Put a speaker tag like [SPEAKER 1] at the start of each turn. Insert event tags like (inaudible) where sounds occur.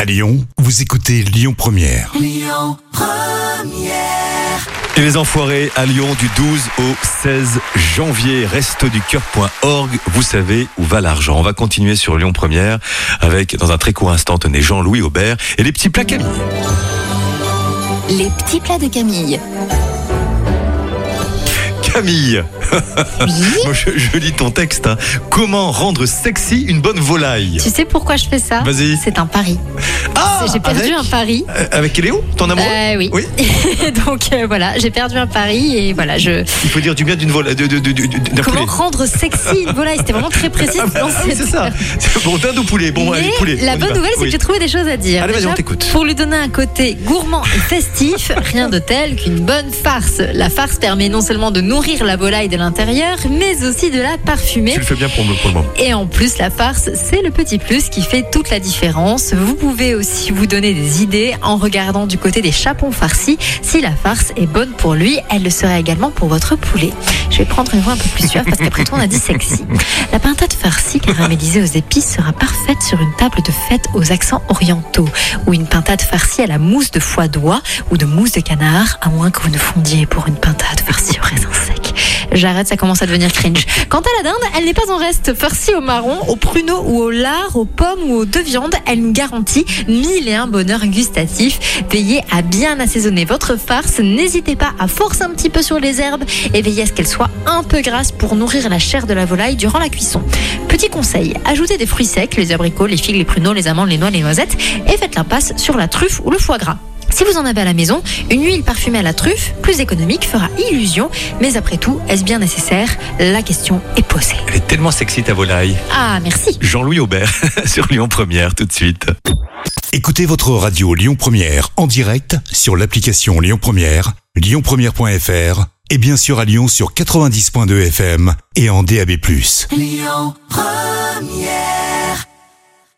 [SPEAKER 1] À Lyon, vous écoutez Lyon Première.
[SPEAKER 2] Et les enfoirés à Lyon du 12 au 16 janvier, restoducœur.org, vous savez où va l'argent. On va continuer sur Lyon Première avec, dans un très court instant, tenez Jean-Louis Aubert et les petits plats Camille.
[SPEAKER 3] Les petits plats de Camille.
[SPEAKER 2] Camille Ah. Moi, je, je lis ton texte. hein. Comment rendre sexy une bonne volaille
[SPEAKER 3] Tu sais pourquoi je fais ça
[SPEAKER 2] Vas-y.
[SPEAKER 3] C'est un pari.
[SPEAKER 2] Ah,
[SPEAKER 3] j'ai perdu
[SPEAKER 2] avec,
[SPEAKER 3] un pari.
[SPEAKER 2] euh, Avec Léo, ton amoureux
[SPEAKER 3] Euh, oui.
[SPEAKER 2] Oui.
[SPEAKER 3] (laughs) Donc euh, voilà, j'ai perdu un pari et voilà, je.
[SPEAKER 2] Il faut dire du bien d'une volaille. de- de- de- de- D'un
[SPEAKER 3] Comment
[SPEAKER 2] poulet.
[SPEAKER 3] rendre sexy une volaille C'était vraiment très précis
[SPEAKER 2] Ah, bah,
[SPEAKER 3] dans
[SPEAKER 2] ah oui,
[SPEAKER 3] cette-
[SPEAKER 2] c'est ça. Bon, dinde ou poulet. Bon, allez,
[SPEAKER 3] Mais
[SPEAKER 2] poulet. on
[SPEAKER 3] la
[SPEAKER 2] y
[SPEAKER 3] bonne
[SPEAKER 2] va.
[SPEAKER 3] nouvelle, c'est
[SPEAKER 2] Oui.
[SPEAKER 3] que j'ai trouvé des choses à dire.
[SPEAKER 2] Allez, vas-y,
[SPEAKER 3] Déjà,
[SPEAKER 2] on t'écoute.
[SPEAKER 3] Pour lui donner un côté gourmand et festif,
[SPEAKER 2] (laughs)
[SPEAKER 3] rien de tel qu'une bonne farce. La farce permet non seulement de nourrir la volaille de l'intérieur, mais aussi de la parfumer.
[SPEAKER 2] Tu le fais bien pour, me- pour le moment.
[SPEAKER 3] Et en plus, la farce, c'est le petit plus qui fait toute la différence. Vous pouvez aussi vous donner des idées en regardant du côté des chapons farcis. Si la farce est bonne pour lui, elle le sera également pour votre poulet. Je vais prendre une voix un peu plus suave parce qu'après tout, on a dit sexy. La pintade farcie caramélisée aux épices sera parfaite sur une table de fête aux accents orientaux ou une pintade farcie à la mousse de foie d'oie ou de mousse de canard, à moins que vous ne fondiez pour une pintade farcie au raisin sec. J'arrête, ça commence à devenir cringe. Quant à la dinde, elle n'est pas en reste. Farcie au marron, au pruneau ou au lard, aux pommes ou aux deux viandes, elle nous garantit mille et un bonheurs gustatifs. Veillez à bien assaisonner votre farce. N'hésitez pas à forcer un petit peu sur les herbes et veillez à ce qu'elle soit un peu grasse pour nourrir la chair de la volaille durant la cuisson. Petit conseil, ajoutez des fruits secs, les abricots, les figues, les pruneaux, les amandes, les noix, les noisettes et faites l'impasse sur la truffe ou le foie gras. Si vous en avez à la maison, une huile parfumée à la truffe, plus économique, fera illusion, mais après tout, est-ce bien nécessaire La question est posée.
[SPEAKER 2] Elle est tellement sexy ta volaille.
[SPEAKER 3] Ah, merci
[SPEAKER 2] Jean-Louis Aubert (laughs) sur Lyon Première tout de suite.
[SPEAKER 1] Écoutez votre radio Lyon Première en direct sur l'application Lyon Première, lyonpremière.fr et bien sûr à Lyon sur 90.2 FM et en DAB+.